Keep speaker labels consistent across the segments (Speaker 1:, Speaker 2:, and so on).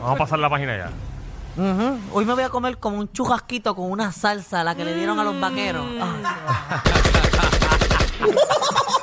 Speaker 1: Vamos a pasar la página ya.
Speaker 2: Hoy me voy a comer como un churrasquito con una salsa, la que le dieron a los vaqueros.
Speaker 1: Mm.
Speaker 2: Ah.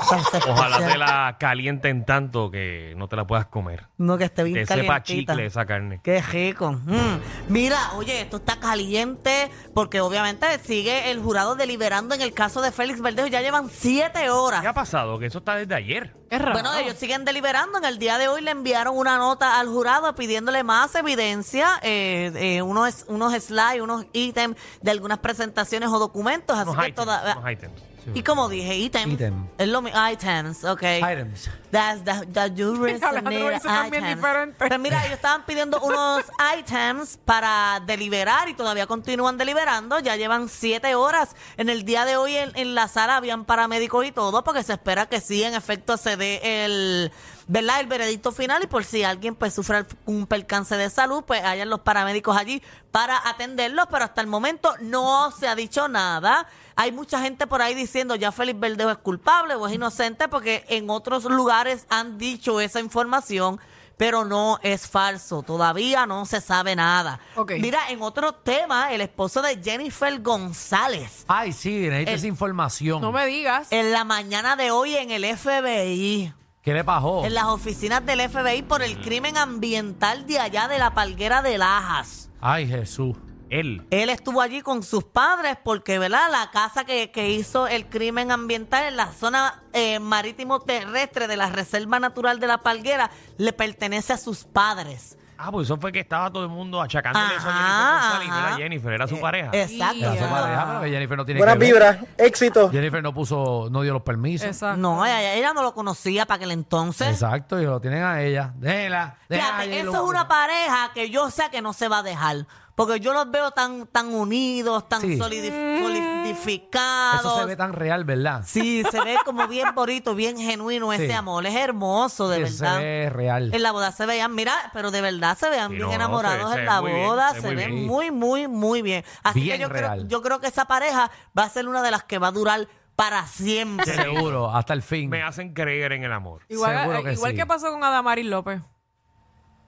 Speaker 2: Salsa
Speaker 1: Ojalá
Speaker 2: especial.
Speaker 1: te la calienten tanto que no te la puedas comer.
Speaker 2: No, que esté bien
Speaker 1: Que sepa
Speaker 2: calientita.
Speaker 1: chicle esa carne.
Speaker 2: Qué rico. Mm. Mira, oye, esto está caliente porque obviamente sigue el jurado deliberando en el caso de Félix Verdejo. Ya llevan siete horas.
Speaker 1: ¿Qué ha pasado? Que eso está desde ayer.
Speaker 2: Bueno, ellos siguen deliberando. En el día de hoy le enviaron una nota al jurado pidiéndole más evidencia, eh, eh, unos, unos slides, unos ítems de algunas presentaciones o documentos. Así
Speaker 1: Unos
Speaker 2: que
Speaker 1: items,
Speaker 2: toda-
Speaker 1: unos items.
Speaker 2: Y como dije, ítem.
Speaker 3: Ítem.
Speaker 2: Es lo mi- ah, Items, ok.
Speaker 3: Items.
Speaker 2: That's the, the jurors
Speaker 4: Hablando
Speaker 2: need
Speaker 4: de eso también
Speaker 2: items.
Speaker 4: diferente.
Speaker 2: Pero mira, ellos estaban pidiendo unos items para deliberar y todavía continúan deliberando. Ya llevan siete horas. En el día de hoy en, en la sala habían paramédicos y todo porque se espera que sí, en efecto, se dé el... ¿Verdad? El veredicto final y por si alguien pues sufre un percance de salud, pues hayan los paramédicos allí para atenderlos, pero hasta el momento no se ha dicho nada. Hay mucha gente por ahí diciendo ya Félix Verdejo es culpable o es inocente porque en otros lugares han dicho esa información, pero no es falso. Todavía no se sabe nada.
Speaker 4: Ok.
Speaker 2: Mira, en otro tema, el esposo de Jennifer González.
Speaker 5: Ah,
Speaker 3: Ay, sí, necesito
Speaker 2: El-
Speaker 3: esa información.
Speaker 4: No me digas.
Speaker 2: En la mañana de hoy en el FBI.
Speaker 3: ¿Qué le pasó?
Speaker 2: en las oficinas del FBI por
Speaker 3: Mm.
Speaker 2: el crimen ambiental de allá de la Palguera de Lajas.
Speaker 3: Ay, Jesús.
Speaker 1: Él.
Speaker 2: Él estuvo allí con sus padres porque, ¿verdad? La casa que, que hizo el crimen ambiental en la zona eh, marítimo terrestre de la Reserva Natural de la Palguera le pertenece a sus padres.
Speaker 1: Ah, pues eso fue que estaba todo el mundo achacándole eso a Jennifer
Speaker 2: Ajá,
Speaker 1: González. No
Speaker 2: ajá. Eh,
Speaker 1: era Jennifer, era su pareja.
Speaker 2: Exacto.
Speaker 3: Era su
Speaker 4: Ya.
Speaker 3: pareja, pero que Jennifer no tiene
Speaker 5: Buenas
Speaker 3: que ver.
Speaker 5: vibras, éxito.
Speaker 3: Jennifer no puso, no dio los permisos.
Speaker 4: Exacto.
Speaker 2: No, ella, ella no lo conocía para aquel entonces.
Speaker 3: Exacto, y lo tienen a ella. Déjela. déjala
Speaker 2: Fíjate,
Speaker 3: ahí,
Speaker 2: eso es
Speaker 3: lo-
Speaker 2: una pareja que yo sé que no se va a dejar. Porque yo los veo tan, tan unidos, tan
Speaker 3: Sí.
Speaker 2: solidif- solidificados.
Speaker 3: Eso se ve tan real, ¿verdad?
Speaker 2: Sí, se ve como bien bonito, bien genuino ese
Speaker 3: Sí.
Speaker 2: amor. Es hermoso, de
Speaker 3: Eso
Speaker 2: verdad.
Speaker 3: se ve real.
Speaker 2: En la boda se veían, mira, pero de verdad se vean
Speaker 1: Sí,
Speaker 2: bien
Speaker 1: no, no,
Speaker 2: enamorados
Speaker 1: se- se
Speaker 2: en
Speaker 1: ve
Speaker 2: la
Speaker 1: muy bien,
Speaker 2: boda,
Speaker 1: se ve
Speaker 2: se
Speaker 1: muy
Speaker 2: ven
Speaker 1: bien.
Speaker 2: muy, muy, muy bien. Así
Speaker 3: Bien
Speaker 2: que yo creo,
Speaker 3: real.
Speaker 2: yo creo que esa pareja va a ser una de las que va a durar para siempre.
Speaker 3: Seguro, hasta el fin.
Speaker 1: Me hacen creer en el amor.
Speaker 3: Seguro
Speaker 4: Igual,
Speaker 3: que
Speaker 4: que, igual
Speaker 3: sí.
Speaker 4: que pasó con Adamaris López.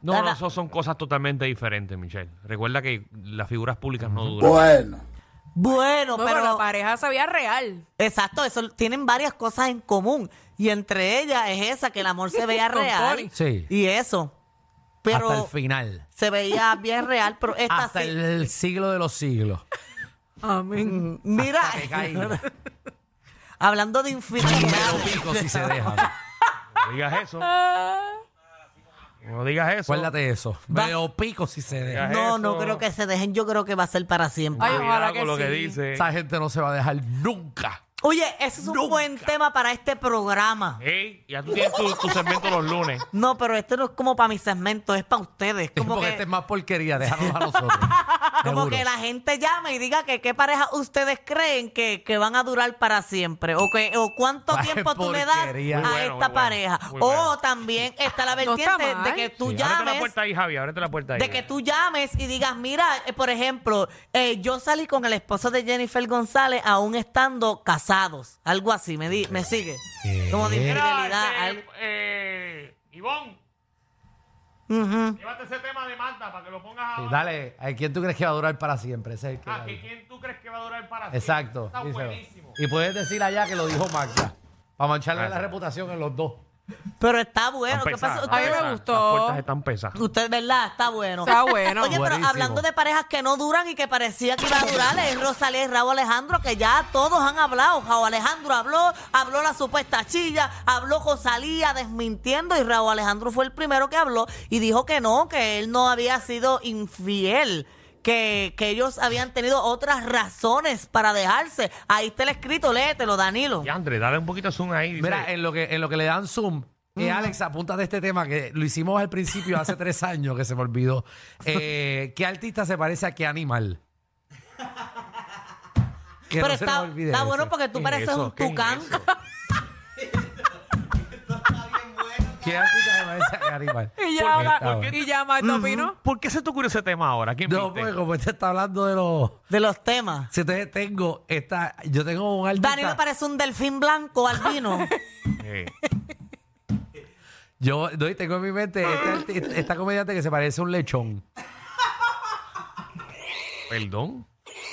Speaker 1: No,
Speaker 2: Nada.
Speaker 1: no, eso son cosas totalmente diferentes, Michelle. Recuerda que las figuras públicas no duran.
Speaker 5: Bueno,
Speaker 2: Bueno,
Speaker 4: No, pero la pareja se veía real.
Speaker 2: Exacto, eso tienen varias cosas en común. Y entre ellas es esa, que el amor se veía
Speaker 4: Con
Speaker 2: real.
Speaker 4: Tony.
Speaker 3: Sí.
Speaker 2: Y eso. Pero
Speaker 3: hasta el final.
Speaker 2: se veía bien real, pero esta
Speaker 3: Hasta
Speaker 2: sí.
Speaker 3: el, siglo de los siglos.
Speaker 4: Amén.
Speaker 2: Mira,
Speaker 3: Hasta que caiga.
Speaker 2: hablando de infidelidad.
Speaker 3: Los picos sí se dejan.
Speaker 1: No digas eso. No digas eso.
Speaker 3: Acuérdate eso. Los picos sí se dejan.
Speaker 2: No, no
Speaker 1: eso.
Speaker 2: creo que se dejen, yo creo que va a ser para siempre.
Speaker 4: Ay, ojalá
Speaker 1: Cuidado
Speaker 4: que
Speaker 1: con lo que
Speaker 4: sí.
Speaker 1: dice.
Speaker 3: Esa gente no se va a dejar nunca.
Speaker 2: Oye, ese es un buen tema para este programa.
Speaker 1: Ey, ya tú tienes tu, tu segmento los lunes.
Speaker 2: No, pero esto no es como para mi segmento, es para ustedes.
Speaker 3: Como
Speaker 2: Como
Speaker 3: Porque
Speaker 2: que,
Speaker 3: este es más porquería, déjanos a nosotros.
Speaker 2: como
Speaker 3: Seguro.
Speaker 2: que la gente llame y diga que qué pareja ustedes creen que, que van a durar para siempre. O, que, o cuánto
Speaker 3: Vaya
Speaker 2: tiempo tú le das a
Speaker 3: porquería. Muy
Speaker 1: bueno, muy
Speaker 2: esta
Speaker 1: bueno,
Speaker 2: pareja.
Speaker 1: muy
Speaker 2: O
Speaker 1: bueno.
Speaker 2: también está la
Speaker 4: No está
Speaker 2: vertiente de
Speaker 4: mal.
Speaker 2: que tú
Speaker 1: Sí, Ábrete la
Speaker 2: llames.
Speaker 1: puerta ahí, Javi. Ábrete la puerta ahí.
Speaker 2: De que tú llames y digas, mira, eh, por ejemplo, eh, yo salí con el esposo de Jennifer González aún estando casados. Algo así, me, di- me sigue. Como de infidelidad.
Speaker 1: Mira,
Speaker 2: algo-
Speaker 1: este, eh, Ivonne,
Speaker 2: Ujú.
Speaker 1: llévate ese tema de Manta para que lo pongas
Speaker 3: Sí,
Speaker 5: Eh,
Speaker 1: ahora.
Speaker 3: dale, ¿a quién tú crees que va a durar para siempre? Ese es el que
Speaker 1: Ah,
Speaker 3: dale.
Speaker 1: que quién tú crees que va a durar para siempre.
Speaker 3: Exacto.
Speaker 1: Está
Speaker 3: díselo.
Speaker 1: buenísimo.
Speaker 3: Y puedes decir allá que lo dijo Magda. Para mancharle la
Speaker 1: Gracias.
Speaker 3: reputación en los dos.
Speaker 2: Pero está bueno. ¿Qué
Speaker 1: pesadas,
Speaker 2: pasó?
Speaker 1: están
Speaker 4: A mí me
Speaker 2: Ustedes-
Speaker 1: pesadas.
Speaker 4: gustó.
Speaker 1: Las puertas están pesadas.
Speaker 2: Usted, ¿verdad? Está bueno.
Speaker 4: Está bueno.
Speaker 2: Oye, pero
Speaker 1: Buenísimo.
Speaker 2: hablando de parejas que no duran y que parecía que iba a durar, es Rosalía y Raúl Alejandro, que ya todos han hablado. Raúl Alejandro habló, habló la supuesta chilla, habló Rosalía desmintiendo y Raúl Alejandro fue el primero que habló y dijo que no, que él no había sido infiel. Que, que ellos habían tenido otras razones para dejarse. Ahí está el escrito, léetelo, Danilo.
Speaker 1: Y André, dale un poquito zoom ahí. dice,
Speaker 5: Mira, en lo que, en lo que le dan zoom,
Speaker 1: Mm.
Speaker 5: eh, Alex, apunta de este tema que lo hicimos al principio hace tres años que se me olvidó. Eh, ¿Qué artista se parece a qué animal? Que
Speaker 2: Pero
Speaker 5: no se nos
Speaker 2: está,
Speaker 5: olvide
Speaker 2: está
Speaker 5: eso.
Speaker 2: bueno porque tú
Speaker 1: ¿qué es
Speaker 2: pareces
Speaker 1: eso?
Speaker 2: un
Speaker 1: ¿Qué es
Speaker 2: tucán.
Speaker 1: eso?
Speaker 5: ¿Qué artista se parece a qué animal?
Speaker 4: Y
Speaker 5: Porque
Speaker 4: ya, habla-
Speaker 5: está bueno.
Speaker 4: y ya Magda opinó.
Speaker 1: ¿Por qué se te ocurrió ese tema ahora? ¿Quién
Speaker 5: No,
Speaker 1: viste?
Speaker 5: pues como usted está hablando de los...
Speaker 2: De los temas.
Speaker 5: Si ustedes tengo esta... Yo tengo un artista...
Speaker 2: Danilo parece un delfín blanco albino.
Speaker 1: Eh,
Speaker 5: Yo no, y tengo en mi mente este arti- esta comediante que se parece a un lechón.
Speaker 1: perdón.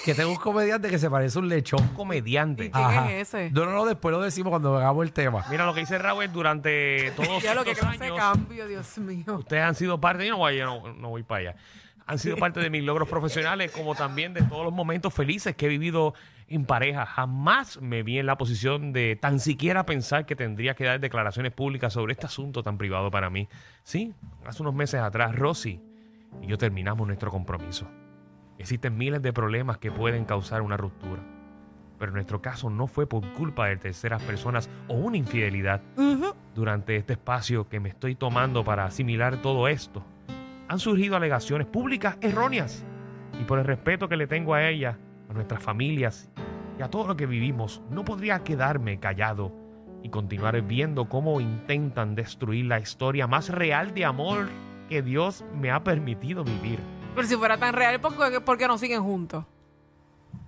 Speaker 5: Que tengo un comediante que se parece a un lechón.
Speaker 1: Comediante.
Speaker 4: ¿Quién es ese?
Speaker 5: No, no, no, después lo decimos cuando hagamos el tema.
Speaker 1: Ah. Mira lo que dice Raúl durante todos
Speaker 4: Ya lo que
Speaker 1: estos
Speaker 4: clase de
Speaker 1: años.
Speaker 4: cambio, Dios mío.
Speaker 1: Ustedes han sido parte, yo no voy, yo no, no voy para allá. Han sido parte de mis logros profesionales, como también de todos los momentos felices que he vivido en pareja. Jamás me vi en la posición de tan siquiera pensar que tendría que dar declaraciones públicas sobre este asunto tan privado para mí. Sí, hace unos meses atrás, Rosy y yo terminamos nuestro compromiso. Existen miles de problemas que pueden causar una ruptura. Pero en nuestro caso no fue por culpa de terceras personas o una infidelidad durante este espacio que me estoy tomando para asimilar todo esto, han surgido alegaciones públicas erróneas. Y por el respeto que le tengo a ella, a nuestras familias y a todo lo que vivimos, no podría quedarme callado y continuar viendo cómo intentan destruir la historia más real de amor que Dios me ha permitido vivir.
Speaker 4: Pero si fuera tan real, ¿por qué, por qué no siguen juntos?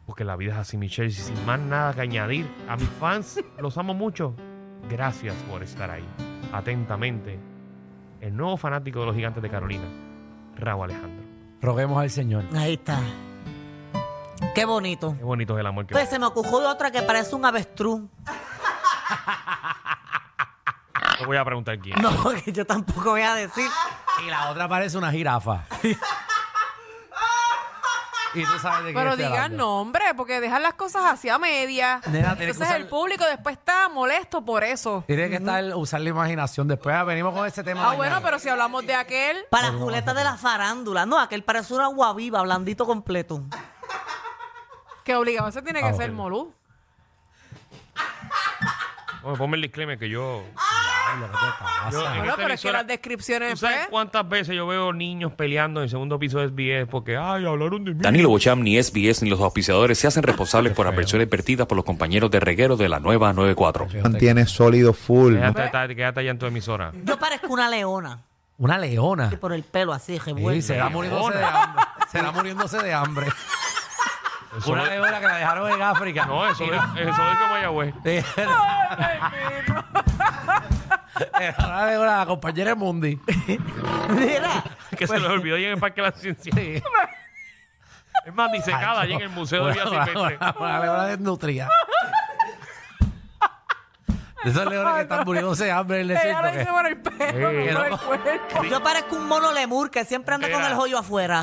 Speaker 1: Porque la vida es así, Michelle. y Sin más nada que añadir, a mis fans los amo mucho. Gracias por estar ahí. Atentamente, el nuevo fanático de los gigantes de Carolina, Raúl Alejandro.
Speaker 5: Roguemos al Señor.
Speaker 2: Ahí está. Qué bonito.
Speaker 1: Qué bonito es el amor que
Speaker 2: Pues se me ocurrió otra que parece un avestruz.
Speaker 1: No voy a preguntar quién.
Speaker 2: No, que yo tampoco voy a decir.
Speaker 5: Y la otra parece una jirafa. y tú sabes de qué
Speaker 4: Pero
Speaker 5: estoy
Speaker 4: digan
Speaker 5: hablando.
Speaker 4: nombre, porque dejan las cosas así a media.
Speaker 5: Nena, tiene que
Speaker 4: Entonces
Speaker 5: usar-
Speaker 4: el público después está molesto por eso.
Speaker 5: Tiene que estar, usar la imaginación. Después ah, venimos con ese tema.
Speaker 4: Ah, bueno,
Speaker 5: mañana.
Speaker 4: pero si hablamos de aquel,
Speaker 2: Para Juleta de la farándula. No, aquel parece una agua viva, blandito completo.
Speaker 4: que obligado se tiene que
Speaker 5: Ah,
Speaker 4: ser
Speaker 5: ok.
Speaker 4: Molú.
Speaker 1: Oye, ponme el disclaimer que yo.
Speaker 5: Diablo, ¿qué te pasa?
Speaker 1: Yo-
Speaker 4: Bueno, pero es que
Speaker 1: emisora-
Speaker 4: las descripciones,
Speaker 1: ¿Tú sabes
Speaker 4: pues,
Speaker 1: cuántas veces yo veo niños peleando en el segundo piso de SBS porque, ay, hablaron de mí?
Speaker 6: Danilo Bocham, ni SBS, ni los auspiciadores se hacen responsables por adversiones vertidas por los compañeros de reguero de la nueva 94.
Speaker 7: mantiene sólido full.
Speaker 1: Quédate, está- quédate allá en tu emisora.
Speaker 2: Yo parezco una leona.
Speaker 5: Una
Speaker 2: Y
Speaker 5: leona.
Speaker 2: por el pelo así,
Speaker 5: Sí,
Speaker 2: revuelto.
Speaker 5: será muriéndose de hambre. será muriéndose de hambre.
Speaker 1: Eso-
Speaker 5: Una leona que la dejaron en África.
Speaker 1: no, eso es, eso es como Mayagüez.
Speaker 5: Era era una leona, la compañera de Mundi.
Speaker 2: Mira,
Speaker 1: Que
Speaker 2: Pues,
Speaker 1: se lo olvidó ahí en el Parque de la Ciencia.
Speaker 5: Sí.
Speaker 1: Es más, disecada allí en el Museo de
Speaker 5: Una-
Speaker 1: Vía
Speaker 5: una-
Speaker 1: Silvestre.
Speaker 5: una- Una leona desnutrida. De esos leones que están muriéndose de hambre en el
Speaker 4: ella
Speaker 5: desierto.
Speaker 4: lo dice
Speaker 5: que-
Speaker 4: por el pelo,
Speaker 1: Sí.
Speaker 4: no por el cuerpo.
Speaker 2: yo parezco un mono lemur que siempre anda con
Speaker 1: Mira.
Speaker 2: el hoyo afuera.